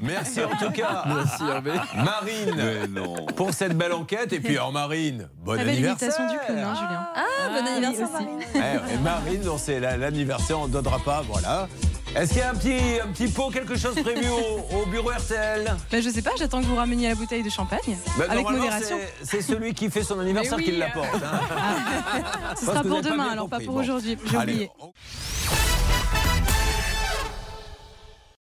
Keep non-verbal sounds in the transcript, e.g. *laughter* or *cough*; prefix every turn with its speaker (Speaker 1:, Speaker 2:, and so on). Speaker 1: Merci en tout cas.
Speaker 2: *laughs* Merci Hervé.
Speaker 1: Marine, pour cette belle enquête. Et puis, en Marine, bon
Speaker 3: Très belle
Speaker 1: anniversaire.
Speaker 3: imitation du clown, hein, Julien.
Speaker 4: Ah, bon anniversaire,
Speaker 3: aussi.
Speaker 4: Marine.
Speaker 1: Eh, ouais, Marine, non, c'est la- l'anniversaire, on ne donnera pas, voilà. Est-ce qu'il y a un petit, un petit pot, quelque chose prévu au, au bureau RTL
Speaker 3: Bah, je sais pas, j'attends que vous rameniez la bouteille de champagne.
Speaker 1: Bah,
Speaker 3: avec
Speaker 1: normalement,
Speaker 3: modération.
Speaker 1: c'est- C'est celui qui fait son anniversaire
Speaker 5: Mais oui,
Speaker 1: qui
Speaker 5: hein.
Speaker 1: l'apporte. hein.
Speaker 3: Ce
Speaker 1: parce
Speaker 3: sera
Speaker 1: que vous
Speaker 3: pour
Speaker 1: avez pas
Speaker 3: demain,
Speaker 1: bien
Speaker 3: alors pas
Speaker 1: compris,
Speaker 3: pour
Speaker 1: bon.
Speaker 3: aujourd'hui. J'ai
Speaker 1: Allez,
Speaker 3: oublié.
Speaker 1: on-